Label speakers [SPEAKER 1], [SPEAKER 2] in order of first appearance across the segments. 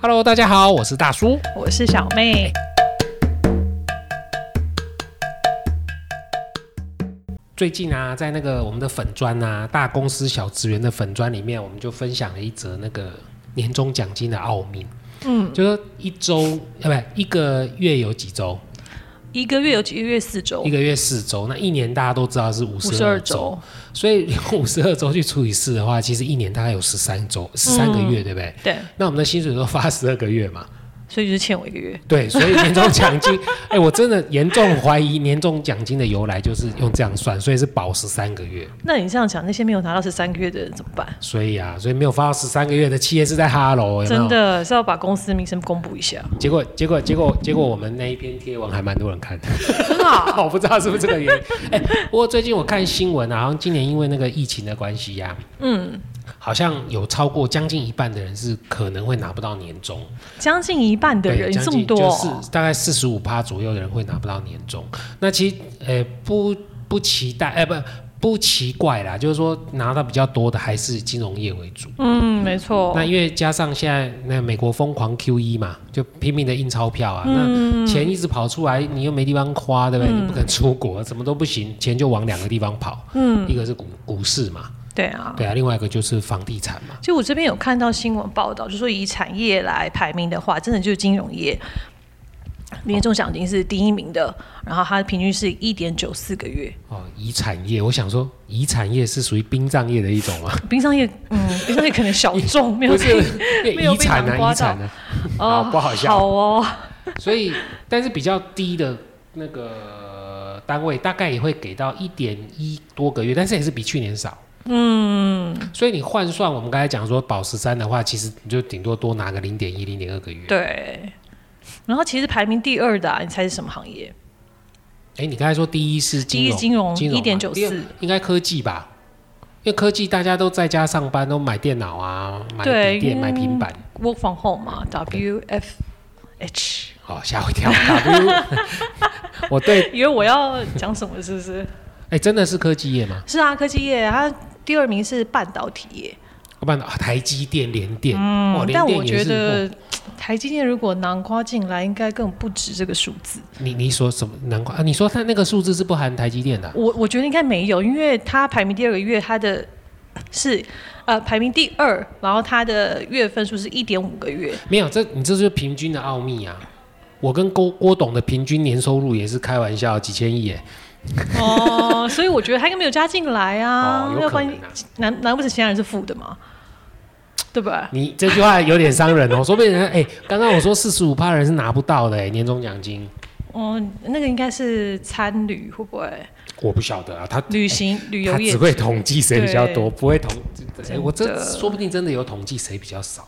[SPEAKER 1] Hello，大家好，我是大叔。
[SPEAKER 2] 我是小妹。
[SPEAKER 1] 最近啊，在那个我们的粉砖啊，大公司小职员的粉砖里面，我们就分享了一则那个年终奖金的奥秘，
[SPEAKER 2] 嗯，
[SPEAKER 1] 就是一周呃，不，一个月有几周？
[SPEAKER 2] 一个月有几个月四周
[SPEAKER 1] 一，个月四周，那一年大家都知道是五
[SPEAKER 2] 哦五
[SPEAKER 1] 十
[SPEAKER 2] 十二
[SPEAKER 1] 二周，
[SPEAKER 2] 周，
[SPEAKER 1] 所以五十二周去除以四的话，其实一年大概有十三周，十三个月，对不对？
[SPEAKER 2] 对，
[SPEAKER 1] 那我们的薪水都发十二个月嘛，
[SPEAKER 2] 所以就是欠我一个月。
[SPEAKER 1] 对，所以年终奖金， 哎、我真的严重怀疑年终奖金的由来就是用这样算，所以是保十三个月。
[SPEAKER 2] 那你这样讲，那些没有拿到十三个月的人怎么办？
[SPEAKER 1] 所以啊，所以没有发到十三个月的企业是在哈喽，有没有
[SPEAKER 2] 真。的是要把公司名声公布一下，
[SPEAKER 1] 结果，结果，结果，结果，我们那一篇贴文还蛮多人看的，
[SPEAKER 2] 真的啊、
[SPEAKER 1] 我不知道是不是这个原因。哎、不过最近我看新闻啊，好像今年因为那个疫情的关系呀、
[SPEAKER 2] 嗯，
[SPEAKER 1] 好像有超过将近一半的人是可能会拿不到年终，
[SPEAKER 2] 将近一半的人
[SPEAKER 1] 对，将
[SPEAKER 2] 这么
[SPEAKER 1] 近
[SPEAKER 2] 多
[SPEAKER 1] 就
[SPEAKER 2] 哦，
[SPEAKER 1] 是大概四十五趴左右的人会拿不到年终。那其实，呃，不不期待，哎、不不奇怪啦，就是说拿到比较多的还是金融业为主。
[SPEAKER 2] 嗯，没错
[SPEAKER 1] 那，因为加上现在那美国疯狂 Q E 嘛，就拼命的印钞票啊，
[SPEAKER 2] 嗯
[SPEAKER 1] 那钱一直跑出来，你又没地方花，对不对？你不肯出国，什么都不行，钱就往两个地方跑，
[SPEAKER 2] 嗯，
[SPEAKER 1] 一个是股股市嘛，
[SPEAKER 2] 对啊。
[SPEAKER 1] 对啊，另外一个就是房地产嘛。
[SPEAKER 2] 其实我这边有看到新闻报道，就说以产业来排名的话，真的就是金融业。年终奖金是第一名的，然后它平均是一点九四个月。
[SPEAKER 1] 哦，遗产业，我想说，遗产业是属于殡葬业的一种吗？
[SPEAKER 2] 冰上业，嗯，冰上业可能小 众，没有
[SPEAKER 1] 不是
[SPEAKER 2] 被，
[SPEAKER 1] 因为
[SPEAKER 2] 没有
[SPEAKER 1] 遗
[SPEAKER 2] 被
[SPEAKER 1] 产
[SPEAKER 2] 南
[SPEAKER 1] 啊，
[SPEAKER 2] 瓜
[SPEAKER 1] 遗产啊，
[SPEAKER 2] 哦，
[SPEAKER 1] 不好笑
[SPEAKER 2] 好哦，
[SPEAKER 1] 所以，但是比较低的那个单位大概也会给到一点一多个月，但是也是比去年少。嗯，所以你换算我们刚才讲说保十三的话，其实你就顶多多拿个零点一、零点二个月。
[SPEAKER 2] 对。然后其实排名第二的、啊，你猜是什么行业？
[SPEAKER 1] 哎，你刚才说第一是
[SPEAKER 2] 第
[SPEAKER 1] 金
[SPEAKER 2] 一
[SPEAKER 1] 融，
[SPEAKER 2] 金融
[SPEAKER 1] 金融
[SPEAKER 2] 一
[SPEAKER 1] 嘛
[SPEAKER 2] 点九
[SPEAKER 1] 第二
[SPEAKER 2] 四，
[SPEAKER 1] 应该科技吧？因为科技大家都在家上班，都买电脑啊，买笔
[SPEAKER 2] 对
[SPEAKER 1] 电、
[SPEAKER 2] 嗯
[SPEAKER 1] 买平板。
[SPEAKER 2] ，work from home 啊嘛，WFH。
[SPEAKER 1] 哦，吓我一跳！W，我对，
[SPEAKER 2] 以为我要讲什么是不是？
[SPEAKER 1] 哎，真的是科技业吗？
[SPEAKER 2] 是啊，科技业，它第二名是半导体业。
[SPEAKER 1] 我办啊台积电、联电，哇，联
[SPEAKER 2] 嗯但
[SPEAKER 1] 电
[SPEAKER 2] 我
[SPEAKER 1] 也
[SPEAKER 2] 觉
[SPEAKER 1] 是哦
[SPEAKER 2] 得台积电如果南瓜进来，应该更不止这个数字。
[SPEAKER 1] 你你说什么？难怪啊！你说他那个数字是不含台积电的啊、
[SPEAKER 2] 我我觉得应该没有，因为它排名第二个月，它的是呃排名第二，然后它的月份数是一点五个月。
[SPEAKER 1] 没有，这你这就是平均的奥秘啊！我跟郭郭董的平均年收入也是开玩笑，几千亿耶！
[SPEAKER 2] 哦，所以我觉得他应该没有加进来啊，
[SPEAKER 1] 哦，有
[SPEAKER 2] 要不
[SPEAKER 1] 可
[SPEAKER 2] 然
[SPEAKER 1] 能、啊。
[SPEAKER 2] 难难不成其他人是负的吗？对不对？
[SPEAKER 1] 你这句话有点伤人哦，说不定人家哎，刚刚我说四十五趴人是拿不到的哎，年终奖金，
[SPEAKER 2] 哦，那个应该是参旅会不会？
[SPEAKER 1] 我不晓得啊，他
[SPEAKER 2] 旅行、旅游
[SPEAKER 1] 他
[SPEAKER 2] 业
[SPEAKER 1] 只会统计谁比较多，
[SPEAKER 2] 对
[SPEAKER 1] 不会统。哎，
[SPEAKER 2] 的
[SPEAKER 1] 我这说不定真的有统计谁比较少。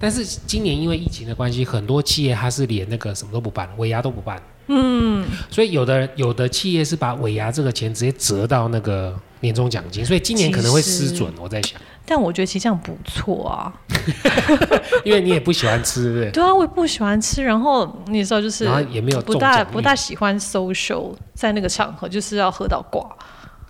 [SPEAKER 1] 但是今年因为疫情的关系，很多企业它是连那个什么都不办，尾牙都不办。嗯，所以有的人有的企业是把尾牙这个钱直接折到那个年终奖金，所以今年可能会失准。我在想，
[SPEAKER 2] 但我觉得其实这样不错啊。
[SPEAKER 1] 因为你也不喜欢吃，对不对？
[SPEAKER 2] 对啊，我也不喜欢吃，然后你知道就是
[SPEAKER 1] 然后也没有
[SPEAKER 2] 不
[SPEAKER 1] 中
[SPEAKER 2] 大
[SPEAKER 1] 奖率
[SPEAKER 2] 不大喜欢 social，在那个场合就是要喝到挂。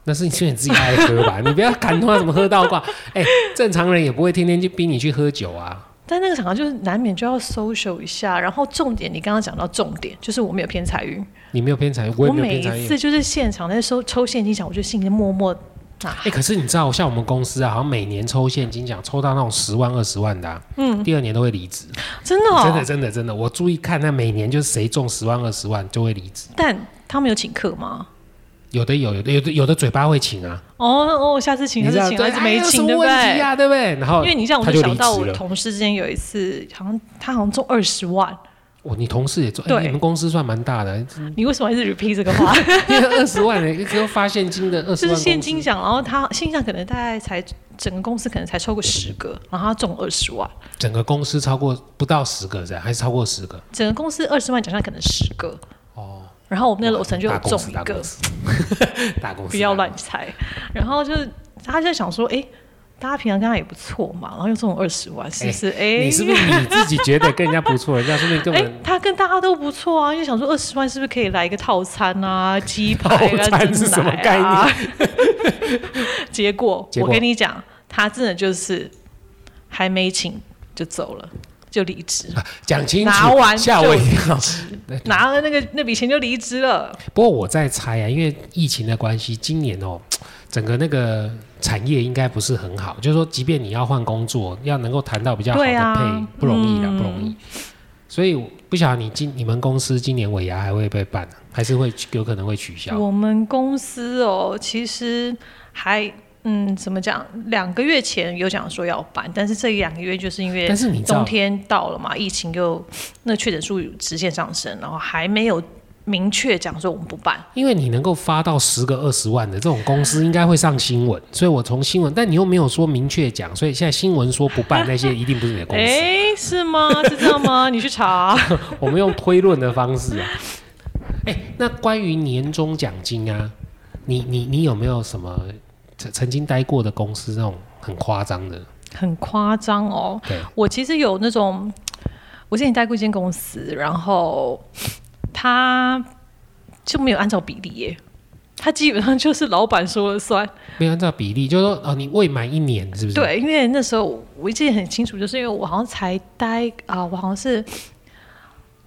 [SPEAKER 1] 那是你是你自己爱喝 吧，你不要感动到啊什么喝到挂。哎、正常人也不会天天去逼你去喝酒啊。
[SPEAKER 2] 但那个场合就是难免就要 social 一下，然后重点你刚刚讲到重点，就是我没有偏财运，
[SPEAKER 1] 你没有偏财，我
[SPEAKER 2] 我
[SPEAKER 1] 也没有
[SPEAKER 2] 每
[SPEAKER 1] 偏财
[SPEAKER 2] 一
[SPEAKER 1] 运。
[SPEAKER 2] 次就是现场在收抽现金奖，我就心里默默啊
[SPEAKER 1] 哎、，可是你知道，像我们公司啊，好像每年抽现金奖，抽到那种十万、二十万的、啊，嗯，第二年都会离职。
[SPEAKER 2] 真的、哦，
[SPEAKER 1] 真的，真的，真的，我注意看，那每年就是谁中十万、二十万就会离职。
[SPEAKER 2] 但他们有请客吗？
[SPEAKER 1] 有的有，有的有的有的嘴巴会请啊，
[SPEAKER 2] 哦哦，下次请，
[SPEAKER 1] 你
[SPEAKER 2] 下
[SPEAKER 1] 知道
[SPEAKER 2] 次请，
[SPEAKER 1] 对，
[SPEAKER 2] 一直没
[SPEAKER 1] 哎有什
[SPEAKER 2] 请，
[SPEAKER 1] 么
[SPEAKER 2] 对不
[SPEAKER 1] 问
[SPEAKER 2] 对
[SPEAKER 1] 题？啊？对不对？然后
[SPEAKER 2] 因为你这样，我
[SPEAKER 1] 他就
[SPEAKER 2] 想
[SPEAKER 1] 离
[SPEAKER 2] 到
[SPEAKER 1] 职
[SPEAKER 2] 我
[SPEAKER 1] 了
[SPEAKER 2] 同事之间有一次，好像他好像中二十万，
[SPEAKER 1] 我你同事也做，哎
[SPEAKER 2] 对
[SPEAKER 1] 你们公司算蛮大的，
[SPEAKER 2] 你为什么一直 repeat 这个话？
[SPEAKER 1] 因为嗯 二十万人一个发现金的二十万
[SPEAKER 2] 就是
[SPEAKER 1] 公司，
[SPEAKER 2] 现金奖，然后他现金奖可能大概才整个公司可能才超过十个，然后他中二十万，
[SPEAKER 1] 整个公司超过不到十个是吧还是超过十个？
[SPEAKER 2] 整个公司二十万奖项可能十个，
[SPEAKER 1] 哦，
[SPEAKER 2] 然后我们那楼层就有
[SPEAKER 1] 大
[SPEAKER 2] 中
[SPEAKER 1] 公司
[SPEAKER 2] 一
[SPEAKER 1] 大
[SPEAKER 2] 个
[SPEAKER 1] 公，司大公司，啊
[SPEAKER 2] 不
[SPEAKER 1] 大
[SPEAKER 2] 要
[SPEAKER 1] 公司
[SPEAKER 2] 乱猜。然后就是他就想说，哎，大家平常跟他也不错嘛，然后又中二十万，是不是？哎，
[SPEAKER 1] 你是不是你自己觉得跟人家不错，人家说不定根
[SPEAKER 2] 哎、
[SPEAKER 1] 本
[SPEAKER 2] 他跟大家都不错啊，就想说二十万是不是可以来一个套餐 啊，鸡排啊，
[SPEAKER 1] 套餐是什么概念念？
[SPEAKER 2] 结果
[SPEAKER 1] 结果
[SPEAKER 2] 我跟你讲，他真的就是还没请就走了，就离 职，
[SPEAKER 1] 讲清楚，
[SPEAKER 2] 哎拿完
[SPEAKER 1] 吓
[SPEAKER 2] 就
[SPEAKER 1] 我一跳。哎
[SPEAKER 2] 拿了那个那笔钱就离职了。
[SPEAKER 1] 不过我在猜啊，因为疫情的关系，今年哦，整个那个产业应该不是很好。就是说，即便你要换工作，要能够谈到比较好的
[SPEAKER 2] 对
[SPEAKER 1] 配，
[SPEAKER 2] 啊
[SPEAKER 1] 不容易的，
[SPEAKER 2] 嗯
[SPEAKER 1] 不容易。所以我不晓得你今你们公司今年尾牙还会被办，啊还是会有可能会取消？
[SPEAKER 2] 我们公司哦，其实还嗯，怎么讲？两个月前有讲说要办，但是这两个月就是因为
[SPEAKER 1] 但是你知
[SPEAKER 2] 冬
[SPEAKER 1] 道，
[SPEAKER 2] 天到了嘛，疫情又那确诊数直线上升，然后还没有明确讲说我们不办。
[SPEAKER 1] 因为你能够发到十个、二十万的这种公司，应该会上新闻。所以我从新闻，但你又没有说明确讲，所以现在新闻说不 办那些，一定不是你的公司。
[SPEAKER 2] 哎，是 吗？是这样吗？你去查。
[SPEAKER 1] 我们用推论的方式啊。 哎、那关于年终奖金啊，你你你有没有什么曾曾经待过的公司那种很夸张的？
[SPEAKER 2] 很夸张哦
[SPEAKER 1] 对。
[SPEAKER 2] 我其实有那种，我之前待过一间公司，然后他就没有按照比例耶，他基本上就是老板说了算。
[SPEAKER 1] 没有按照比例，就是说哦，你未满一年是不是？，
[SPEAKER 2] 对，因为那时候我记得很清楚，就是因为我好像才待啊、我好像是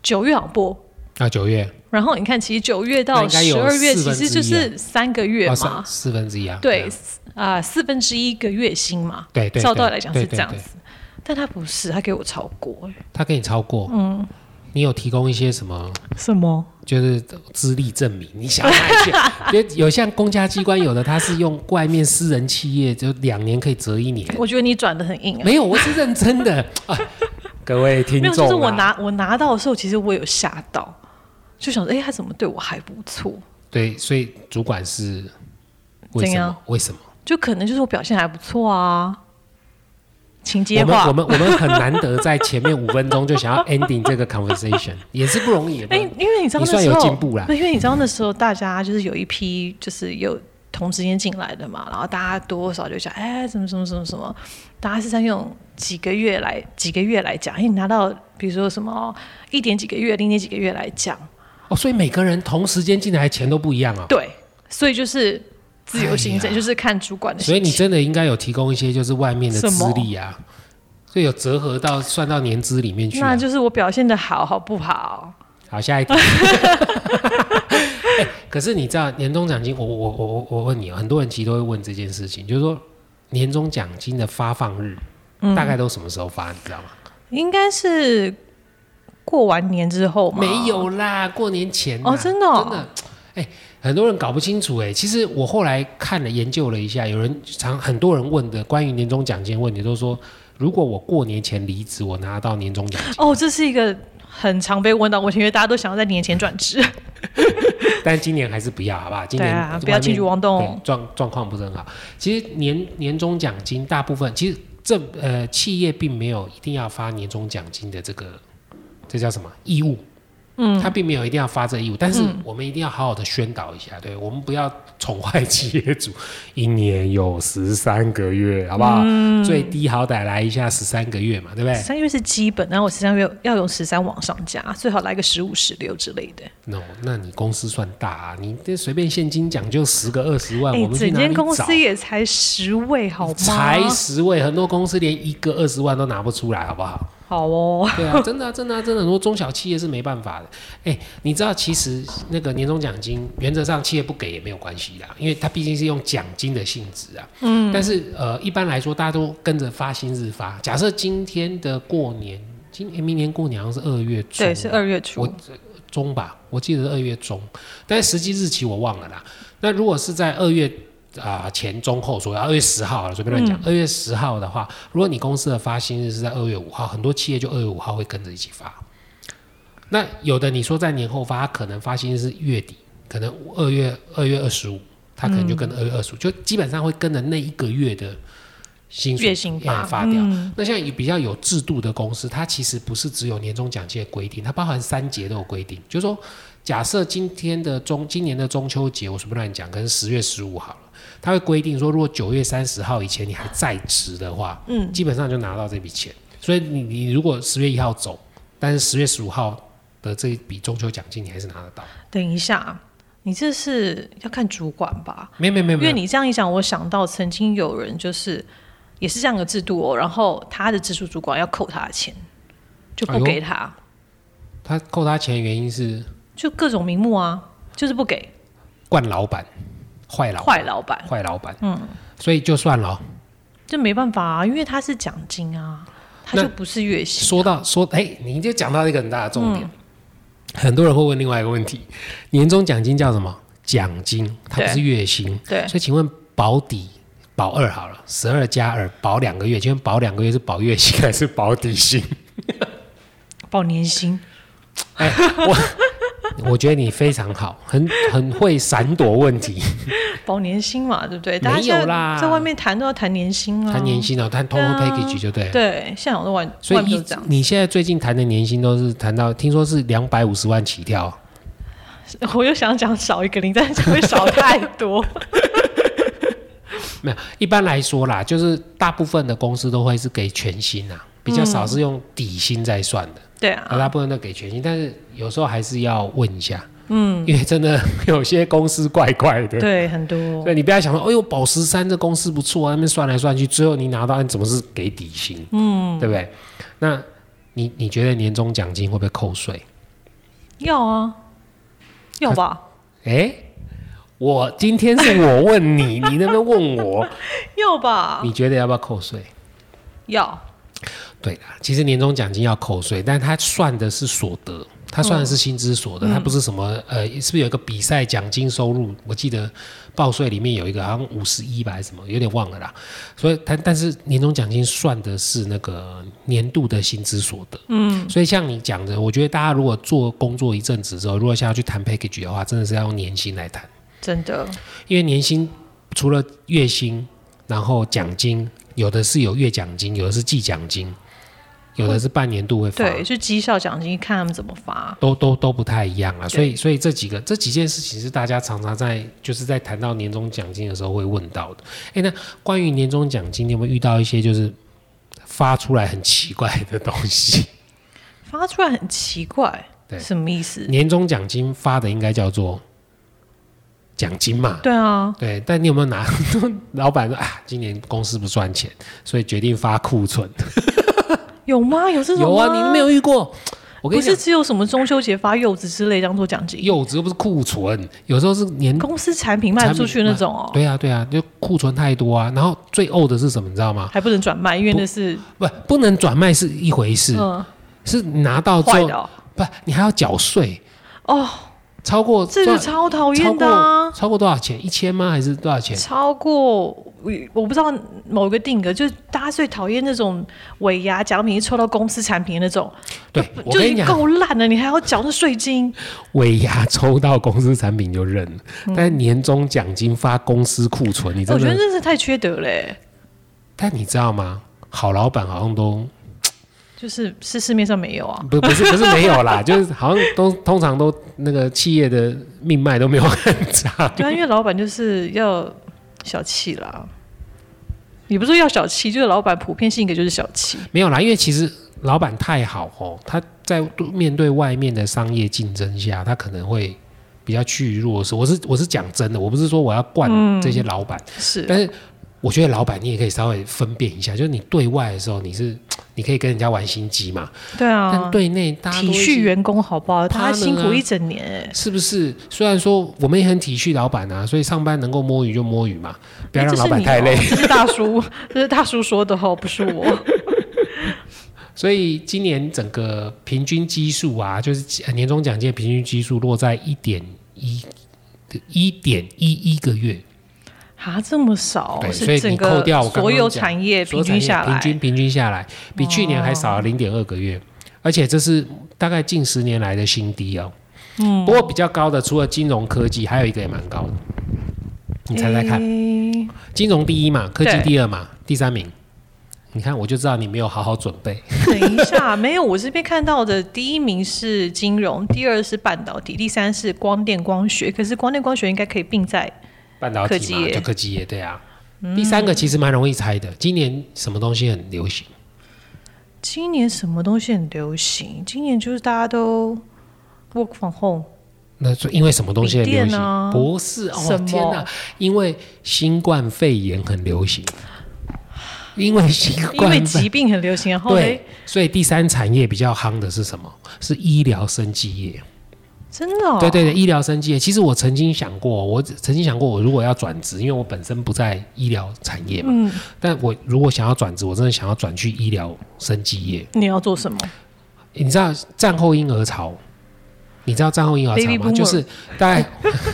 [SPEAKER 2] 九月好像播。
[SPEAKER 1] 啊，九月
[SPEAKER 2] 然后你看，其实九月
[SPEAKER 1] 那
[SPEAKER 2] 到
[SPEAKER 1] 应该
[SPEAKER 2] 十
[SPEAKER 1] 有
[SPEAKER 2] 二月
[SPEAKER 1] 四
[SPEAKER 2] 其
[SPEAKER 1] 分
[SPEAKER 2] 实
[SPEAKER 1] 之
[SPEAKER 2] 就
[SPEAKER 1] 一啊
[SPEAKER 2] 是三个月
[SPEAKER 1] 哦
[SPEAKER 2] 嘛
[SPEAKER 1] 三，四分之一啊。
[SPEAKER 2] 对
[SPEAKER 1] 嗯，
[SPEAKER 2] 啊、四分之一个月薪嘛，
[SPEAKER 1] 对对，
[SPEAKER 2] 照道
[SPEAKER 1] 对
[SPEAKER 2] 理来讲
[SPEAKER 1] 对
[SPEAKER 2] 是
[SPEAKER 1] 对
[SPEAKER 2] 这样
[SPEAKER 1] 对
[SPEAKER 2] 子，但他不是，他给我超过、哎
[SPEAKER 1] 他给你超过，嗯，你有提供一些什么？
[SPEAKER 2] 什么？
[SPEAKER 1] 就是资历证明，你想哪一些？ 因为有像公家机关，有的他是用外面私人企业，就两年可以折一年，
[SPEAKER 2] 我觉得你转的很硬啊。
[SPEAKER 1] 没有，我是认真的。 啊、各位听
[SPEAKER 2] 没
[SPEAKER 1] 众、
[SPEAKER 2] 有，
[SPEAKER 1] 啊，
[SPEAKER 2] 就是我拿我拿到的时候，其实我有吓到，就想说，哎、他怎么对我还不错？
[SPEAKER 1] 对，所以主管是为
[SPEAKER 2] 怎
[SPEAKER 1] 什
[SPEAKER 2] 样
[SPEAKER 1] 么？为什么？
[SPEAKER 2] 就可能就是我表现还不错啊。情节
[SPEAKER 1] 我们我
[SPEAKER 2] 化，
[SPEAKER 1] 们我们很难得在前面五分钟就想要 ending 这个 conversation，也是不容易。
[SPEAKER 2] 哎、因为你知道
[SPEAKER 1] 你
[SPEAKER 2] 那
[SPEAKER 1] 算
[SPEAKER 2] 时
[SPEAKER 1] 有
[SPEAKER 2] 候，
[SPEAKER 1] 进步啦
[SPEAKER 2] 对因为你知道那时候大家就是有一批就是有同时间进来的嘛，然后大家多少就想，哎、什么什么什么什么，大家是在用几个月来几个月来讲，哎、你拿到比如说什么一点几个月、零点几个月来讲，
[SPEAKER 1] 哦，所以每个人同时间进来钱都不一样哦。
[SPEAKER 2] 对，所以就是自由行
[SPEAKER 1] 哎
[SPEAKER 2] 政，
[SPEAKER 1] 呀
[SPEAKER 2] 就是看主管的心
[SPEAKER 1] 所以
[SPEAKER 2] 情。
[SPEAKER 1] 你真的应该有提供一些就是外面的
[SPEAKER 2] 什
[SPEAKER 1] 资
[SPEAKER 2] 么
[SPEAKER 1] 历啊，所以有折合到算到年资里面去、啊。
[SPEAKER 2] 那就是我表现的好好不好？
[SPEAKER 1] 好，下一 题。哎可是你知道年终奖金，我我我我我问你哦，很多人其实都会问这件事情，就是说年终奖金的发放日、
[SPEAKER 2] 嗯
[SPEAKER 1] 大概都什么时候发，你知道吗？
[SPEAKER 2] 应该是过完年之后嘛。
[SPEAKER 1] 没有啦，过年前啦
[SPEAKER 2] 哦真的哦
[SPEAKER 1] 真的，哎、很多人搞不清楚哎、其实我后来看了研究了一下，有人常很多人问的关于年终奖金的问题，都说如果我过年前离职，我拿到年终奖金，
[SPEAKER 2] 哦，这是一个很常被问到的问题，因为大家都想要在年前转职。
[SPEAKER 1] 但今年还是不要，好不好？今
[SPEAKER 2] 对
[SPEAKER 1] 年
[SPEAKER 2] 啊，不要
[SPEAKER 1] 外面
[SPEAKER 2] 轻举妄动
[SPEAKER 1] 对。状状况不是很好。其实年年终奖金大部分其实这呃企业并没有一定要发年终奖金的这个这叫什么义务。嗯，他并没有一定要发这义务，但是
[SPEAKER 2] 嗯
[SPEAKER 1] 我们一定要好好的宣导一下，对我们不要宠坏企业主，一年有十三个月，好不好？
[SPEAKER 2] 嗯
[SPEAKER 1] 最低好歹来一下十三个月嘛，对不对
[SPEAKER 2] 十三月是基本，然后我十三月要用十三往上加，最好来个十五、十六之类的。
[SPEAKER 1] ？No，那你公司算大啊，你这随便现金奖就十个二十万，
[SPEAKER 2] 哎
[SPEAKER 1] 我，们去
[SPEAKER 2] 整
[SPEAKER 1] 哪里
[SPEAKER 2] 间公
[SPEAKER 1] 找
[SPEAKER 2] 司也才十位，好吗？
[SPEAKER 1] 才十位，很多公司连一个二十万都拿不出来，好不好？
[SPEAKER 2] 好哦，
[SPEAKER 1] 对啊， 真的、啊，真的、啊，真的，很多中小企业是没办法的。哎，你知道其实那个年终奖金，原则上企业不给也没有关系啦，因为它毕竟是用奖金的性质啊。嗯。但是呃，一般来说，大家都跟着发薪日发。假设今天的过年，今哎明年过年好像是二月初，
[SPEAKER 2] 对，是二月初
[SPEAKER 1] 啊我。中吧，我记得是二月中，但实际日期我忘了啦。那如果是在二月啊、前中后左右，二月十号好了随便乱
[SPEAKER 2] 嗯
[SPEAKER 1] 讲，二、月十号的话，如果你公司的发薪日是在二月五号，很多企业就二月五号会跟着一起发。那有的你说在年后发，它可能发薪日是月底，可能二月二月二十五，它可能就跟
[SPEAKER 2] 嗯
[SPEAKER 1] 二月二十五，就基本上会跟着那一个月的薪水
[SPEAKER 2] 月薪嗯发
[SPEAKER 1] 哎发掉。那像有比较有制度的公司，它其实不是只有年终奖金的规定，它包含三节都有规定。就是说，假设今天的中今年的中秋节，我随便乱讲，可能十月十五好了，它会规定说，如果九月三十号以前你还在职的话，嗯，基本上就拿到这笔钱。所以你你如果十月一号走，但是十月十五号的这一笔中秋奖金你还是拿得到。
[SPEAKER 2] 等一下，你这是要看主管吧？
[SPEAKER 1] 没有没有没有
[SPEAKER 2] 因
[SPEAKER 1] 没
[SPEAKER 2] 为
[SPEAKER 1] 有，
[SPEAKER 2] 你这样一讲，我想到曾经有人就是也是这样的制度哦，然后他的直属主管要扣他的钱，就
[SPEAKER 1] 哎
[SPEAKER 2] 不
[SPEAKER 1] 呦
[SPEAKER 2] 给他，
[SPEAKER 1] 他扣他钱的原因是
[SPEAKER 2] 就各种名目啊，就是不给
[SPEAKER 1] 惯老板，坏老
[SPEAKER 2] 坏老板，
[SPEAKER 1] 坏老板，嗯，所以就算了哦。
[SPEAKER 2] 这没办法啊，因为他是奖金啊，他
[SPEAKER 1] 那
[SPEAKER 2] 就不是月薪。
[SPEAKER 1] 说到说，哎、你就讲到一个很大的重点，很多人会问另外一个问题：年终奖金叫什么？奖金，它不
[SPEAKER 2] 对
[SPEAKER 1] 是月薪。
[SPEAKER 2] 对
[SPEAKER 1] 所以请问保底保二好了，十二加二保两个月，请问保两个月是保月薪还是保底 薪？
[SPEAKER 2] 报年薪，
[SPEAKER 1] 我觉得你非常好，很很会闪躲问 题，
[SPEAKER 2] 报年薪嘛，对不对？
[SPEAKER 1] 没有
[SPEAKER 2] 大家现在
[SPEAKER 1] 啦
[SPEAKER 2] 在外面谈都要谈年薪啊，
[SPEAKER 1] 谈年。薪哦，谈 total
[SPEAKER 2] 对啊
[SPEAKER 1] package 就对了。
[SPEAKER 2] 对，现在我都玩，
[SPEAKER 1] 所
[SPEAKER 2] 外面
[SPEAKER 1] 以
[SPEAKER 2] 都
[SPEAKER 1] 一
[SPEAKER 2] 这样，
[SPEAKER 1] 你现在最近谈的年薪都是谈到，听说是两百五十万起跳，啊
[SPEAKER 2] 我又想讲少一个零，但是会少太多。
[SPEAKER 1] 没有，一般来说啦，就是大部分的公司都会是给全薪啊，比较少是用底薪在算的，
[SPEAKER 2] 对
[SPEAKER 1] 啊、
[SPEAKER 2] 啊，
[SPEAKER 1] 大部分都给全薪，但是有时候还是要问一下，嗯，因为真的有些公司怪怪的，
[SPEAKER 2] 对，很多
[SPEAKER 1] 所以你不要想说，哎呦，宝石山这公司不错啊，那边算来算去，最后你拿到，你怎么是给底薪？嗯，对不对？那你你觉得年终奖金会不会扣税？
[SPEAKER 2] 要啊，要吧，
[SPEAKER 1] 哎，我今天是我问 你，你那边问 我，
[SPEAKER 2] 要吧，
[SPEAKER 1] 你觉得要不要扣税？
[SPEAKER 2] 要。
[SPEAKER 1] 对啦，其实年终奖金要扣税，但他算的是所得，他算的是薪资所得，他不是什么呃，是不是有一个比赛奖金收入？我记得报税里面有一个好像五十一吧，还是什么，有点忘了啦。所以他但是年终奖金算的是那个年度的薪资所得，嗯，所以像你讲的，我觉得大家如果做工作一阵子之后，如果想要去谈 package 的话，真的是要用年薪来谈。
[SPEAKER 2] 真的，
[SPEAKER 1] 因为年薪除了月薪，然后奖金，有的是有月奖金，有的是季奖金，有的是半年度会发，
[SPEAKER 2] 对，就绩效奖金，看他们怎么发。
[SPEAKER 1] 都都都不太一样啊。所以所以这几个这几件事情是大家常常在就是在谈到年终奖金的时候会问到的。哎，那关于年终奖金，你有没有遇到一些就是发出来很奇怪的东西？
[SPEAKER 2] 发出来很奇怪
[SPEAKER 1] 对，
[SPEAKER 2] 什么意思？
[SPEAKER 1] 年终奖金发的应该叫做奖金嘛，
[SPEAKER 2] 对啊，
[SPEAKER 1] 对，但你有没有拿？ 老板说啊，今年公司不赚钱，所以决定发库存。
[SPEAKER 2] 有吗？有这种
[SPEAKER 1] 有啊，
[SPEAKER 2] 吗
[SPEAKER 1] 你没有遇过？我跟
[SPEAKER 2] 不
[SPEAKER 1] 你讲
[SPEAKER 2] 是，只有什么中秋节发柚子之类当做奖金，
[SPEAKER 1] 柚子又不是库存，有时候是年。
[SPEAKER 2] 公司产品卖不出去那种哦，
[SPEAKER 1] 对啊，对啊，就库存太多啊。然后最呕的是什么，你知道吗？
[SPEAKER 2] 还不能转卖，因为那是
[SPEAKER 1] 不，不能转卖是一回事，
[SPEAKER 2] 嗯
[SPEAKER 1] 是拿到之
[SPEAKER 2] 坏
[SPEAKER 1] 后
[SPEAKER 2] 的，哦，
[SPEAKER 1] 不，你还要缴税，
[SPEAKER 2] 哦
[SPEAKER 1] 超过
[SPEAKER 2] 这
[SPEAKER 1] 多
[SPEAKER 2] 个
[SPEAKER 1] 少
[SPEAKER 2] 超讨
[SPEAKER 1] 超
[SPEAKER 2] 厌的
[SPEAKER 1] 过
[SPEAKER 2] 啊。
[SPEAKER 1] 超过多少钱？一千吗？还是多少钱？
[SPEAKER 2] 超过
[SPEAKER 1] 哎
[SPEAKER 2] 我我不知道某个定格，就是大家最讨厌那种尾牙奖品一抽到公司产品的那种，
[SPEAKER 1] 对，我
[SPEAKER 2] 就
[SPEAKER 1] 跟
[SPEAKER 2] 已
[SPEAKER 1] 你
[SPEAKER 2] 经
[SPEAKER 1] 讲，
[SPEAKER 2] 够烂了，你还要缴那税金，
[SPEAKER 1] 尾牙抽到公司产品就认了，但年终奖金发公司库存，你
[SPEAKER 2] 嗯哎
[SPEAKER 1] 真
[SPEAKER 2] 我觉得
[SPEAKER 1] 的？
[SPEAKER 2] 真是太缺德欸嘞、
[SPEAKER 1] 但你知道吗？好老板好像都
[SPEAKER 2] 就是是市面上没 有啊，
[SPEAKER 1] 不不是不是没有啦， 就是好像都通常都那个企业的命脉都没有很长。
[SPEAKER 2] 对啊，因为老板就是要小气啦。也不是说要小气，就是老板普遍性格就是小气。
[SPEAKER 1] 没有啦，因为其实老板太好哦，他在面对外面的商业竞争下，他可能会比较趋于弱势。我是我是讲真的，我不是说我要惯
[SPEAKER 2] 嗯
[SPEAKER 1] 这些老板，
[SPEAKER 2] 是，
[SPEAKER 1] 但是我觉得老板你也可以稍微分辨一下，就是你对外的时候你是你可以跟人家玩心机嘛，
[SPEAKER 2] 对啊
[SPEAKER 1] 但，对内大家都
[SPEAKER 2] 体
[SPEAKER 1] 会
[SPEAKER 2] 恤
[SPEAKER 1] 是
[SPEAKER 2] 员工好不好？
[SPEAKER 1] 他啊
[SPEAKER 2] 他
[SPEAKER 1] 呢
[SPEAKER 2] 辛苦一整年、欸，
[SPEAKER 1] 是不是？虽然说我们也很体恤老板啊，所以上班能够摸鱼就摸鱼嘛，不要让
[SPEAKER 2] 这是
[SPEAKER 1] 老板
[SPEAKER 2] 你
[SPEAKER 1] 太
[SPEAKER 2] 哦
[SPEAKER 1] 累。
[SPEAKER 2] 这 是大叔，这是大叔说的哦，不是我。
[SPEAKER 1] 所以今年整个平均基数啊，就是呃年终奖金的平均基数落在一点一。一点一一个月，
[SPEAKER 2] 啊，这么少
[SPEAKER 1] 对，所以
[SPEAKER 2] 是
[SPEAKER 1] 你
[SPEAKER 2] 整个
[SPEAKER 1] 扣掉我刚刚
[SPEAKER 2] 所有
[SPEAKER 1] 讲
[SPEAKER 2] 产业
[SPEAKER 1] 所
[SPEAKER 2] 平
[SPEAKER 1] 有产业
[SPEAKER 2] 均下来，
[SPEAKER 1] 平
[SPEAKER 2] 哦
[SPEAKER 1] 均平均下来，比去年还少了零点二个月，而且这是大概近十年来的新低哦。嗯，不过比较高的除了金融科技，还有一个也蛮高的，你猜
[SPEAKER 2] 哎
[SPEAKER 1] 猜看？
[SPEAKER 2] 诶
[SPEAKER 1] 金融第一嘛，科技
[SPEAKER 2] 对
[SPEAKER 1] 第二嘛，第三名。你看，我就知道你没有好好准 备。
[SPEAKER 2] 等一下，没有，我这边看到的第一名是金融，第二是半导体，第三是光电光学。可是光电光学应该可以并在
[SPEAKER 1] 半导
[SPEAKER 2] 科
[SPEAKER 1] 体
[SPEAKER 2] 技
[SPEAKER 1] 嘛，
[SPEAKER 2] 业
[SPEAKER 1] 就科技业，对啊。
[SPEAKER 2] 嗯
[SPEAKER 1] 第三个其实蛮容易猜的，今年什么东西很流行？
[SPEAKER 2] 今年什么东西很流行？今年就是大家都 work from home，
[SPEAKER 1] 那是因为什么东西很流行？
[SPEAKER 2] 笔电啊
[SPEAKER 1] 不是
[SPEAKER 2] 什
[SPEAKER 1] 哦，
[SPEAKER 2] 么
[SPEAKER 1] 天哪！因为新冠肺炎很流行，因为新
[SPEAKER 2] 因
[SPEAKER 1] 冠
[SPEAKER 2] 为
[SPEAKER 1] 肺
[SPEAKER 2] 疾病很流行，然后哎嘞
[SPEAKER 1] 对，，所以第三产业比较夯的是什么？是医疗生技业。
[SPEAKER 2] 真的、哦，
[SPEAKER 1] 对对对，医疗生技业。其实我曾经想过，我曾经想过，我如果要转职，因为我本身不在医疗产业嘛，
[SPEAKER 2] 嗯，
[SPEAKER 1] 但我如果想要转职，我真的想要转去医疗生技业。
[SPEAKER 2] 你要做什么？
[SPEAKER 1] 你知道战后婴儿潮？你知道战后婴儿潮
[SPEAKER 2] Baby
[SPEAKER 1] 吗？
[SPEAKER 2] boomer
[SPEAKER 1] 就是大概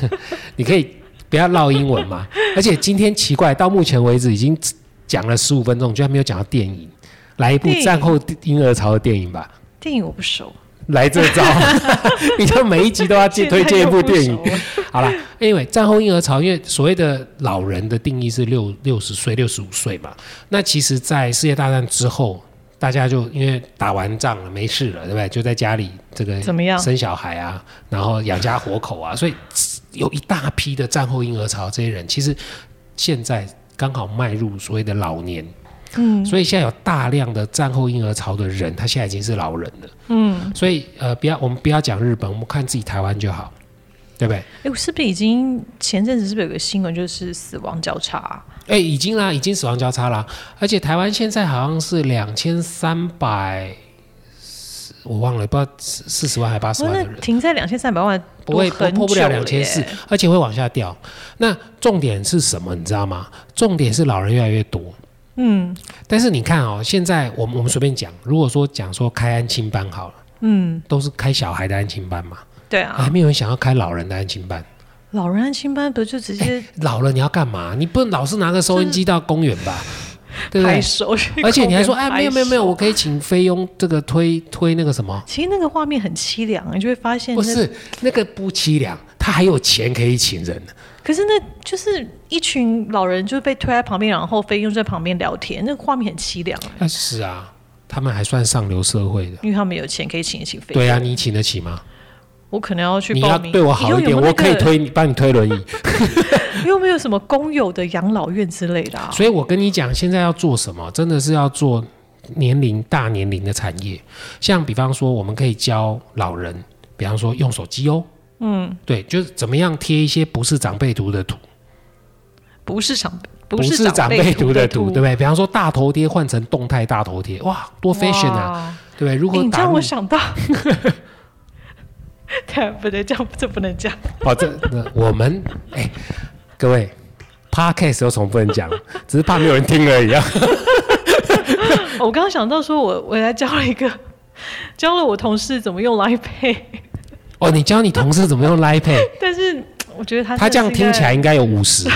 [SPEAKER 1] 你可以不要唠英文嘛。而且今天奇怪，到目前为止已经讲了十五分钟，居然没有讲到电影。来一部
[SPEAKER 2] 电影
[SPEAKER 1] 战后婴儿潮的电影吧，
[SPEAKER 2] 电影我不熟，
[SPEAKER 1] 来这 招， 你就每一集都要介推荐一部电影。
[SPEAKER 2] 现在又不熟了，
[SPEAKER 1] 好啦 a n y 战后婴儿潮，因为所谓的老人的定义是六六十岁、六十五岁嘛。那其实，在世界大战之后，大家就因为打完仗了，没事了，对不对？就在家里这个
[SPEAKER 2] 怎么样
[SPEAKER 1] 生小孩啊，然后养家活口啊，所以有一大批的战后婴儿潮这些人，其实现在刚好迈入所谓的老年。
[SPEAKER 2] 嗯
[SPEAKER 1] 所以现在有大量的战后婴儿潮的人，他现在已经是老人了。
[SPEAKER 2] 嗯，
[SPEAKER 1] 所以呃，不要我们不要讲日本，我们看自己台湾就好，对不对？
[SPEAKER 2] 哎，我是不是已经前阵子是不是有个新闻，就是死亡交叉啊、
[SPEAKER 1] 哎、已经啦，已经死亡交叉啦，而且台湾现在好像是两千三百，我忘了，不知道四四十万还八十
[SPEAKER 2] 哇，
[SPEAKER 1] 万的
[SPEAKER 2] 那
[SPEAKER 1] 人，
[SPEAKER 2] 停在两千三百万
[SPEAKER 1] 不会破
[SPEAKER 2] 很
[SPEAKER 1] 破不了
[SPEAKER 2] 久
[SPEAKER 1] 两
[SPEAKER 2] 了
[SPEAKER 1] 千
[SPEAKER 2] 耶
[SPEAKER 1] 四，而且会往下掉。那重点是什么？你知道吗？重点是老人越来越多。
[SPEAKER 2] 嗯
[SPEAKER 1] 但是你看哦，现在我们我们随便讲，如果说讲说开安亲班好了，
[SPEAKER 2] 嗯，
[SPEAKER 1] 都是开小孩的安亲班嘛，
[SPEAKER 2] 对啊
[SPEAKER 1] 还，没有人想要开老人的安亲班。
[SPEAKER 2] 老人安亲班不就直接
[SPEAKER 1] 老了你要干嘛？你不能老是拿个收音机到公园吧？ 对不对
[SPEAKER 2] 拍？手去公
[SPEAKER 1] 而
[SPEAKER 2] 园拍手？
[SPEAKER 1] 且你还说，哎，没有没有没有，我可以请菲佣这个推推那个什么？
[SPEAKER 2] 其实那个画面很凄凉，你就会发现
[SPEAKER 1] 不
[SPEAKER 2] 那，
[SPEAKER 1] 是那个不凄凉，他还有钱可以请人。
[SPEAKER 2] 可是那就是一群老人就被推在旁边，然后菲佣在旁边聊天，那个画面很凄凉，
[SPEAKER 1] 那是啊，他们还算上流社会的。
[SPEAKER 2] 因为他们有钱可以请一请菲佣。
[SPEAKER 1] 对啊，你请得起吗？
[SPEAKER 2] 我可能要去
[SPEAKER 1] 你
[SPEAKER 2] 报
[SPEAKER 1] 要
[SPEAKER 2] 名。
[SPEAKER 1] 对我好一点，
[SPEAKER 2] 以后有没有那
[SPEAKER 1] 我可以
[SPEAKER 2] 个。
[SPEAKER 1] 推你，帮你推轮 椅。
[SPEAKER 2] 你有没有什么公有的养老院之类的啊？
[SPEAKER 1] 所以我跟你讲，现在要做什么，真的是要做年龄大年龄的产业。像比方说，我们可以教老人，比方说用手机哦，嗯，对，就是怎么样贴一些不是长辈图的图。
[SPEAKER 2] 不是长
[SPEAKER 1] 不
[SPEAKER 2] 是
[SPEAKER 1] 是长辈图的图，对不
[SPEAKER 2] 吧？
[SPEAKER 1] 对？比方说大头贴换成动态大头贴，哇，多 fashion 啊，
[SPEAKER 2] 哇！
[SPEAKER 1] 对不对？如
[SPEAKER 2] 诶
[SPEAKER 1] 何
[SPEAKER 2] 你
[SPEAKER 1] 打
[SPEAKER 2] 让
[SPEAKER 1] 入
[SPEAKER 2] 我想 到，对，不能这样，这不能这样。
[SPEAKER 1] 哦，这那我们哎、各位，podcast 有什么不能讲？ 只是怕没有人听而已啊。
[SPEAKER 2] 我刚刚想到说我，我还教了一个， 教了我同事怎么用 Line Pay，
[SPEAKER 1] 哦，你教你同事怎么 用 Line Pay，
[SPEAKER 2] 但是我觉得他
[SPEAKER 1] 他这
[SPEAKER 2] 真
[SPEAKER 1] 样
[SPEAKER 2] 的是应该
[SPEAKER 1] 听起，来应该有五十。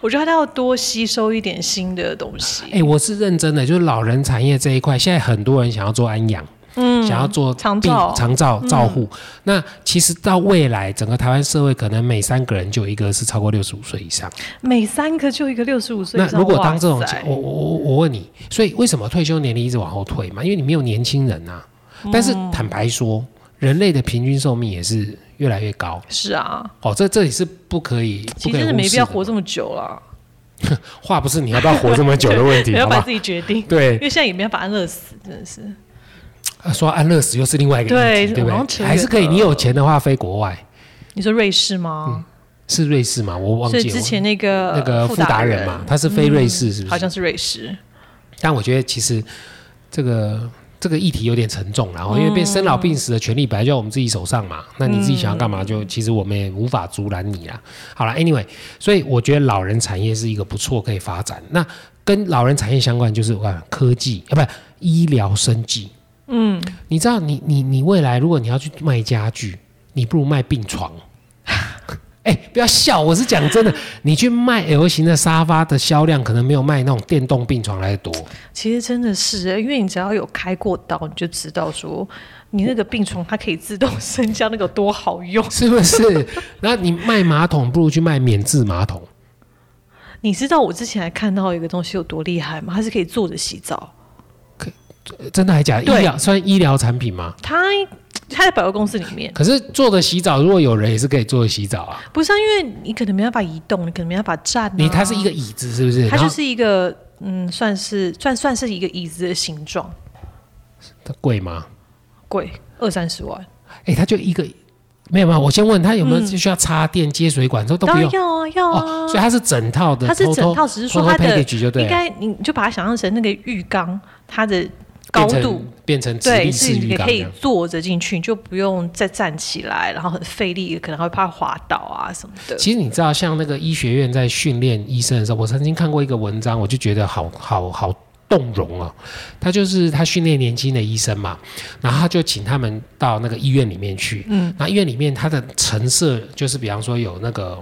[SPEAKER 2] 我觉得他要多吸收一点新的东西。
[SPEAKER 1] 哎，我是认真的，就是老人产业这一块，现在很多人想要做安养。
[SPEAKER 2] 嗯，
[SPEAKER 1] 想要做
[SPEAKER 2] 长
[SPEAKER 1] 病
[SPEAKER 2] 照嗯
[SPEAKER 1] 长照照护，那其实到未来，整个台湾社会可能每三个人就有一个是超过六十五岁以上。
[SPEAKER 2] 每三个就一个六十五岁以
[SPEAKER 1] 那
[SPEAKER 2] 上。
[SPEAKER 1] 如果当这种
[SPEAKER 2] 哇
[SPEAKER 1] 情，
[SPEAKER 2] 塞
[SPEAKER 1] 我我我我问你，所以为什么退休年龄一直往后退嘛？因为你没有年轻人啊。
[SPEAKER 2] 嗯
[SPEAKER 1] 但是坦白说，人类的平均寿命也是越来越高。
[SPEAKER 2] 是啊，
[SPEAKER 1] 哦，这这也是不可以，不
[SPEAKER 2] 其
[SPEAKER 1] 可以
[SPEAKER 2] 实
[SPEAKER 1] 忽
[SPEAKER 2] 没必
[SPEAKER 1] 视
[SPEAKER 2] 要
[SPEAKER 1] 的。
[SPEAKER 2] 活这么久了，
[SPEAKER 1] 话不是你要不要活这么久的 问题，
[SPEAKER 2] 不要
[SPEAKER 1] 好不
[SPEAKER 2] 把
[SPEAKER 1] 好
[SPEAKER 2] 自？己决定。因
[SPEAKER 1] 对，
[SPEAKER 2] 为现在也没办法安乐死，真的是。
[SPEAKER 1] 呃说安乐死又是另外一个议题，
[SPEAKER 2] 对
[SPEAKER 1] 对不
[SPEAKER 2] 好像
[SPEAKER 1] 对？
[SPEAKER 2] 扯
[SPEAKER 1] 还是可以，
[SPEAKER 2] 远了
[SPEAKER 1] 你有钱的话飞国外，
[SPEAKER 2] 你说瑞士吗？
[SPEAKER 1] 是瑞士嘛？嗯我忘
[SPEAKER 2] 所以
[SPEAKER 1] 记了
[SPEAKER 2] 之前那个
[SPEAKER 1] 那个
[SPEAKER 2] 富
[SPEAKER 1] 富
[SPEAKER 2] 达
[SPEAKER 1] 达人嘛，，他是飞瑞士，是不是？
[SPEAKER 2] 好像是瑞士。
[SPEAKER 1] 但我觉得其实这个这个议题有点沉重啦，然后因为被生老病死的权利本来就在我们自己手上嘛，那你自己想要干嘛就其实我们也无法阻拦你啦。好啦 a n y w a y 所以我觉得老人产业是一个不错可以发展。那跟老人产业相关就是哇，科技啊，不医疗生计。嗯，你知道你你你未来如果你要去卖家具，你不如卖病床。 哎、不要笑，我是讲真的。你去卖 L 型的沙发的销量，可能没有卖那种电动病床来的多。
[SPEAKER 2] 其实真的是欸，因为你只要有开过刀，你就知道说你那个病床它可以自动升降，那个有多好用。
[SPEAKER 1] 是不是？然后你卖马桶，不如去卖免治马桶。
[SPEAKER 2] 你知道我之前还看到一个东西有多厉害吗？它是可以坐着洗澡。
[SPEAKER 1] 呃真的还假的？
[SPEAKER 2] 对
[SPEAKER 1] 医疗算医疗产品吗？
[SPEAKER 2] 它它在百货公司里面，
[SPEAKER 1] 可是坐着洗澡，如果有人也是可以坐着洗澡啊。
[SPEAKER 2] 不是、啊、因为你可能没办法移动，你可能没办法站、啊。
[SPEAKER 1] 你它是一个，椅子，是不是？
[SPEAKER 2] 它
[SPEAKER 1] 然
[SPEAKER 2] 就
[SPEAKER 1] 后
[SPEAKER 2] 是一个嗯，算是算算是一个椅子的形状，
[SPEAKER 1] 它贵吗？
[SPEAKER 2] 贵二三十万。
[SPEAKER 1] 哎，它就一个没有没有，我先问他有没有需要插电、接水管，说都不
[SPEAKER 2] 嗯当然
[SPEAKER 1] 用
[SPEAKER 2] 要啊，要啊。
[SPEAKER 1] 哦，所以它是整套的，
[SPEAKER 2] 它是整套，只是说它
[SPEAKER 1] 配
[SPEAKER 2] 的
[SPEAKER 1] a 就对
[SPEAKER 2] 应
[SPEAKER 1] 了，
[SPEAKER 2] 该你就把它想象成那个浴缸，它的高
[SPEAKER 1] 变
[SPEAKER 2] 度
[SPEAKER 1] 成变成直
[SPEAKER 2] 对
[SPEAKER 1] 立
[SPEAKER 2] 是
[SPEAKER 1] 式
[SPEAKER 2] 你
[SPEAKER 1] 浴缸
[SPEAKER 2] 可
[SPEAKER 1] 这
[SPEAKER 2] 以
[SPEAKER 1] 样。
[SPEAKER 2] 坐着进去，你就不用再站起来，然后很费力，可能还会怕滑倒啊什么的。
[SPEAKER 1] 其实你知道，像那个医学院在训练医生的时候，我曾经看过一个文章，我就觉得好好好动容哦。他就是他训练年轻的医生嘛，然后他就请他们到那个医院里面去。嗯，那医院里面它的陈设就是，比方说有那个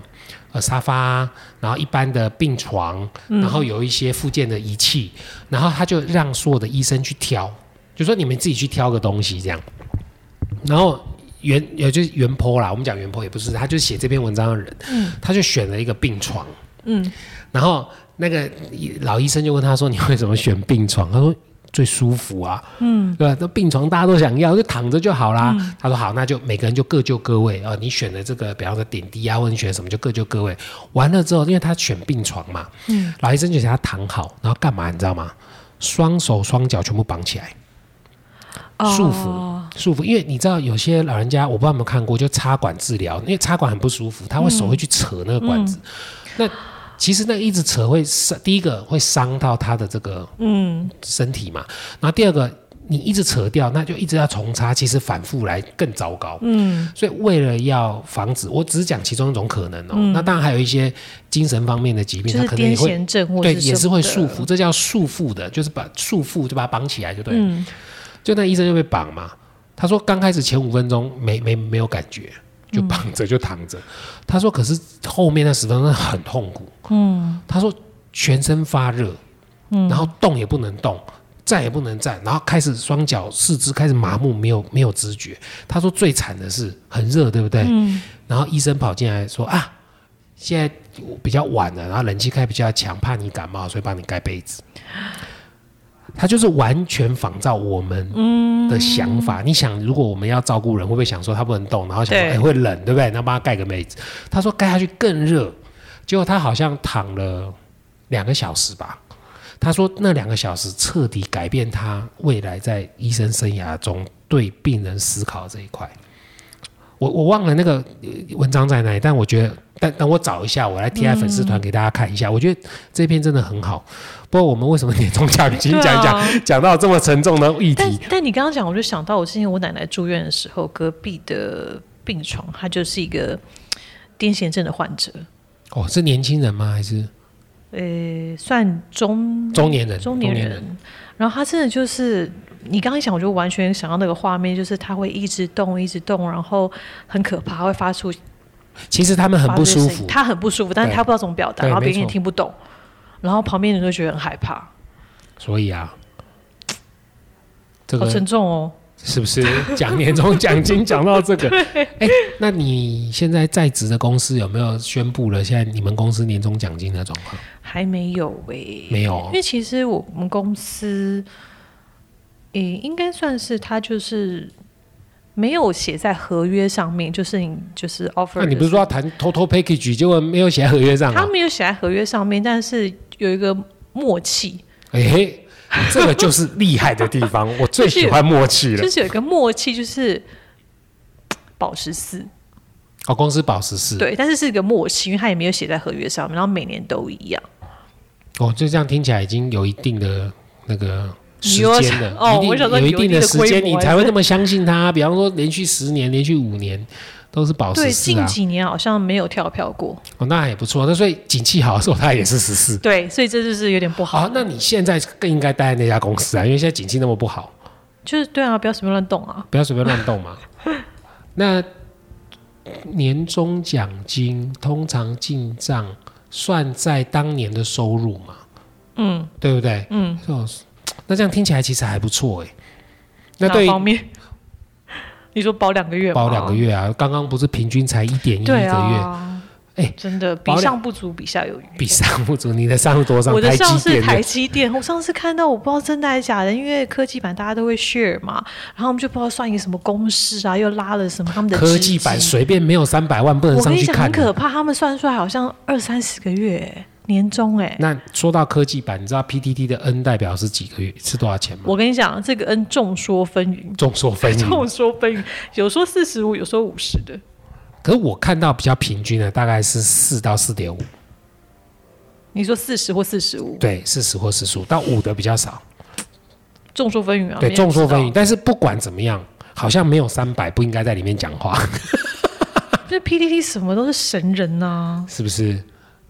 [SPEAKER 1] 呃沙发，然后一般的病床，然后有一些附件的仪器，然后他就让所有的医生去挑，就说你们自己去挑个东西这样，然后。原也就是原坡啦，我们讲原坡也不是，他就写这篇文章的人，他就选了一个病床，
[SPEAKER 2] 嗯，
[SPEAKER 1] 然后那个老医生就问他说：“你为什么选病床？”他说：“最舒服啊，嗯，对吧？那病床大家都想要，就躺着就好啦。他说：“好，那就每个人就各就各位啊、呃你选的这个，比方说点滴啊，或者你选什么，就各就各位。完了之后，因为他选病床嘛，嗯，老医生就想他躺好，然后干嘛？你知道吗？双手双脚全部绑起来。”束缚
[SPEAKER 2] 哦
[SPEAKER 1] 束缚，因为你知道有些老人家，我不知道有没有看过，就插管治疗，因为插管很不舒服，他会手会去扯那个管子，
[SPEAKER 2] 嗯
[SPEAKER 1] 那其实那一直扯会伤，第一个会伤到他的这个
[SPEAKER 2] 嗯，
[SPEAKER 1] 身体嘛，然后第二个你一直扯掉，那就一直要重插，其实反复来更糟糕。
[SPEAKER 2] 嗯，
[SPEAKER 1] 所以为了要防止，我只是讲其中一种可能哦、那当然还有一些精神方面的疾病，
[SPEAKER 2] 嗯就
[SPEAKER 1] 他
[SPEAKER 2] 是
[SPEAKER 1] 可能也
[SPEAKER 2] 癫
[SPEAKER 1] 会
[SPEAKER 2] 痫症或
[SPEAKER 1] 对
[SPEAKER 2] 者
[SPEAKER 1] 也
[SPEAKER 2] 什
[SPEAKER 1] 是
[SPEAKER 2] 么
[SPEAKER 1] 会
[SPEAKER 2] 的
[SPEAKER 1] 束缚，这叫束缚的，就是把束缚就把它绑起来就对了。
[SPEAKER 2] 嗯，
[SPEAKER 1] 就那医生就被绑嘛。他说刚开始前五分钟没没没有感觉，
[SPEAKER 2] 嗯
[SPEAKER 1] 就绑着就躺着。他说可是后面那十分钟很痛苦。嗯，他说全身发热，嗯，然后动也不能动。站也不能站，然后开始双脚四肢开始麻木，没有没有知觉。他说最惨的是很热，对不对？嗯、然后医生跑进来说啊，现在比较晚了，然后冷气开比较强，怕你感冒，所以帮你盖被子。他就是完全仿照我们的想法。你想，如果我们要照顾人，会不会想说他不能动，然后想说
[SPEAKER 2] 对
[SPEAKER 1] 哎、会冷，对不对？那帮他盖个被子。他说盖下去更热，结果他好像躺了两个小时吧。他说那两个小时彻底改变他未来在医生生涯中对病人思考这一块。我我忘了那个呃文章在哪里，但我觉得，但等我找一下，我来贴
[SPEAKER 2] 嗯
[SPEAKER 1] 在粉丝团给大家看一下。我觉得这篇真的很好。不过我们为什么年终奖金
[SPEAKER 2] 对
[SPEAKER 1] 讲一讲、
[SPEAKER 2] 啊
[SPEAKER 1] 讲到这么沉重的议
[SPEAKER 2] 但
[SPEAKER 1] 题？
[SPEAKER 2] 但你刚刚讲，我就想到我之前我奶奶住院的时候，隔壁的病床，她就是一个癫痫症的患者，
[SPEAKER 1] 哦，是年轻人吗？还是
[SPEAKER 2] 呃，算中
[SPEAKER 1] 中年人？
[SPEAKER 2] 嗯中年人。然后他真的就是，你刚刚一想，我就完全想到那个画面，就是他会一直动，一直动，然后很可怕，会发出
[SPEAKER 1] 其实他们很
[SPEAKER 2] 发
[SPEAKER 1] 不
[SPEAKER 2] 出声
[SPEAKER 1] 舒
[SPEAKER 2] 音
[SPEAKER 1] 服。
[SPEAKER 2] 他很不舒服，但是
[SPEAKER 1] 对
[SPEAKER 2] 他不知道怎么表达，
[SPEAKER 1] 对
[SPEAKER 2] 然后别人
[SPEAKER 1] 没
[SPEAKER 2] 也
[SPEAKER 1] 错
[SPEAKER 2] 听不懂，然后旁边人都觉得很害怕，
[SPEAKER 1] 所以啊，这
[SPEAKER 2] 好
[SPEAKER 1] 个
[SPEAKER 2] 沉重哦。
[SPEAKER 1] 是不是讲年终奖金讲到 这个？哎，那你现在在职的公司有没有宣布了现在你们公司年终奖金的状况？
[SPEAKER 2] 还没有喂、
[SPEAKER 1] 没有哦
[SPEAKER 2] 因为其实我们公司，诶、应该算是他就是没有写在合约上面，就是你就是 offer，
[SPEAKER 1] 那你
[SPEAKER 2] 的
[SPEAKER 1] 不是说要谈 total package，结果没有写在合约上
[SPEAKER 2] 他
[SPEAKER 1] 啊？
[SPEAKER 2] 没有写在合约上面，但是有一个默契，
[SPEAKER 1] 哎、嘿这个就是厉害的地方，我最喜欢默契了
[SPEAKER 2] 就。是有一个默契，就是保十四
[SPEAKER 1] 哦，公司保十四，
[SPEAKER 2] 对，但是是一个默契，因为他也没有写在合约上面，然后每年都一样。
[SPEAKER 1] 哦，就这样听起来已经有一定的那个时
[SPEAKER 2] 你
[SPEAKER 1] 间
[SPEAKER 2] 又
[SPEAKER 1] 了，
[SPEAKER 2] 哦
[SPEAKER 1] 一
[SPEAKER 2] 我
[SPEAKER 1] 定
[SPEAKER 2] 想说
[SPEAKER 1] 有一
[SPEAKER 2] 有一
[SPEAKER 1] 定
[SPEAKER 2] 定的
[SPEAKER 1] 时间，
[SPEAKER 2] 规模
[SPEAKER 1] 你才会那么相信他。啊比方说，连续十年、连续五年都是保
[SPEAKER 2] 对，
[SPEAKER 1] 十四
[SPEAKER 2] 近
[SPEAKER 1] 啊，
[SPEAKER 2] 几年好像没有跳票过，
[SPEAKER 1] 哦，那也不错。那所以景气好的时候，他也是十四。
[SPEAKER 2] 对，所以这就是有点不好。
[SPEAKER 1] 好，那你现在更应该待在那家公司啊，因为现在景气那么不好，
[SPEAKER 2] 就是对啊，不要随便乱动啊。
[SPEAKER 1] 不要随便乱动 嘛。那年终奖金通常进账算在当年的收入嘛？嗯，对不对？嗯，那这样听起来其实还不错哎。那
[SPEAKER 2] 哪
[SPEAKER 1] 对于
[SPEAKER 2] 方面？ 你说保两个月吗，
[SPEAKER 1] 包两个月啊，刚刚不是平均才一点一一个
[SPEAKER 2] 哦对
[SPEAKER 1] 月，
[SPEAKER 2] 啊，
[SPEAKER 1] 哎
[SPEAKER 2] 真的比
[SPEAKER 1] 保两
[SPEAKER 2] 上不足，比下有余。
[SPEAKER 1] 比上不足，你的上是多少？
[SPEAKER 2] 我的
[SPEAKER 1] 台
[SPEAKER 2] 上
[SPEAKER 1] 积
[SPEAKER 2] 是
[SPEAKER 1] 电
[SPEAKER 2] 台
[SPEAKER 1] 的，
[SPEAKER 2] 积电，我上次看到我不知道真的还是假的，因为科技版大家都会 share 嘛，然后我们就不知道算一个什么公式啊，又拉了什么他们的
[SPEAKER 1] 科
[SPEAKER 2] 职
[SPEAKER 1] 技版
[SPEAKER 2] 级
[SPEAKER 1] 随便没有三百万不能
[SPEAKER 2] 我
[SPEAKER 1] 上
[SPEAKER 2] 跟你
[SPEAKER 1] 去
[SPEAKER 2] 讲
[SPEAKER 1] 看
[SPEAKER 2] 很
[SPEAKER 1] 的。
[SPEAKER 2] 可怕，他们算出来好像二三十个月、年终哎、
[SPEAKER 1] 那说到科技版，你知道 PTT 的 N 代表是几个月是多少钱吗？
[SPEAKER 2] 我跟你讲，这个 N 众说纷纭，
[SPEAKER 1] 众说纷纭，
[SPEAKER 2] 众说纷纭，有说四十五，有说五十的，
[SPEAKER 1] 可是我看到比较平均的大概是四到四点五，
[SPEAKER 2] 你说四十或四十五，
[SPEAKER 1] 对，四十或四十五，到五的比较少，
[SPEAKER 2] 众说纷纭啊。
[SPEAKER 1] 对，
[SPEAKER 2] 没人
[SPEAKER 1] 众说
[SPEAKER 2] 知道
[SPEAKER 1] 纷纭。。但是不管怎么样，好像没有三百不应该在里面讲话，
[SPEAKER 2] 这 PTT 什么都是神人呐、
[SPEAKER 1] 是不是？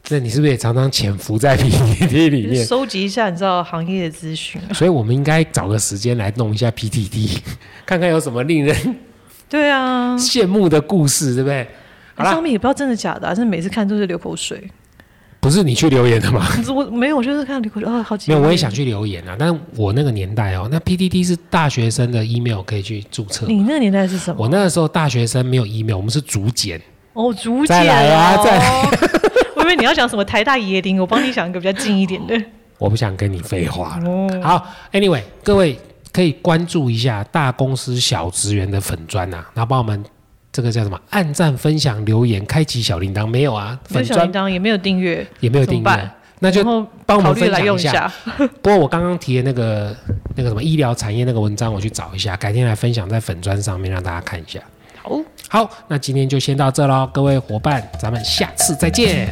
[SPEAKER 1] 那你是不是也常常潜伏在 PPT 里
[SPEAKER 2] 就是
[SPEAKER 1] 面？
[SPEAKER 2] 收集一下你知道行业的资讯。
[SPEAKER 1] 所以我们应该找个时间来弄一下 PTT，看 看有什么令人
[SPEAKER 2] 对啊，
[SPEAKER 1] 羡慕的故事，对不对？好啦
[SPEAKER 2] 上面也不知道真的假的、啊，真的每次看都是流口水。
[SPEAKER 1] 不是你去留言的吗？
[SPEAKER 2] 我没有，我就是看流口水啊、好几。
[SPEAKER 1] 没有，我也想。去留言啊。但是我那个年代哦，那 PTT 是大学生的 email 可以去注册。
[SPEAKER 2] 你那个年代是什么？
[SPEAKER 1] 我那个时候大学生没有 email，我们是竹简。
[SPEAKER 2] 哦，竹简、哦、
[SPEAKER 1] 再来啊再来
[SPEAKER 2] 我以为你要讲什么台大椰林，我帮你想一个比较近一点的。
[SPEAKER 1] 我不想跟你废话了。
[SPEAKER 2] 哦，
[SPEAKER 1] 好，Anyway，各位可以关注一下大公司小职员的粉砖呐、然后帮我们这个叫什么按赞、分享、留言、开启小铃铛。没有啊，
[SPEAKER 2] 没有
[SPEAKER 1] 粉
[SPEAKER 2] 小铃
[SPEAKER 1] 砖
[SPEAKER 2] 铛，也没有订阅，
[SPEAKER 1] 也没有
[SPEAKER 2] 怎
[SPEAKER 1] 订
[SPEAKER 2] 么
[SPEAKER 1] 阅
[SPEAKER 2] 办，
[SPEAKER 1] 那就
[SPEAKER 2] 然后
[SPEAKER 1] 帮我
[SPEAKER 2] 考
[SPEAKER 1] 们
[SPEAKER 2] 虑
[SPEAKER 1] 分
[SPEAKER 2] 来
[SPEAKER 1] 享
[SPEAKER 2] 用
[SPEAKER 1] 一
[SPEAKER 2] 一
[SPEAKER 1] 下。
[SPEAKER 2] 下。
[SPEAKER 1] 不过我刚刚提的那个那个什么医疗产业那个文章，我去找一下，改天来分享在粉砖上面让大家看一下。
[SPEAKER 2] 好，
[SPEAKER 1] 好，那今天就先到这喽，各位伙伴，咱们下次再见，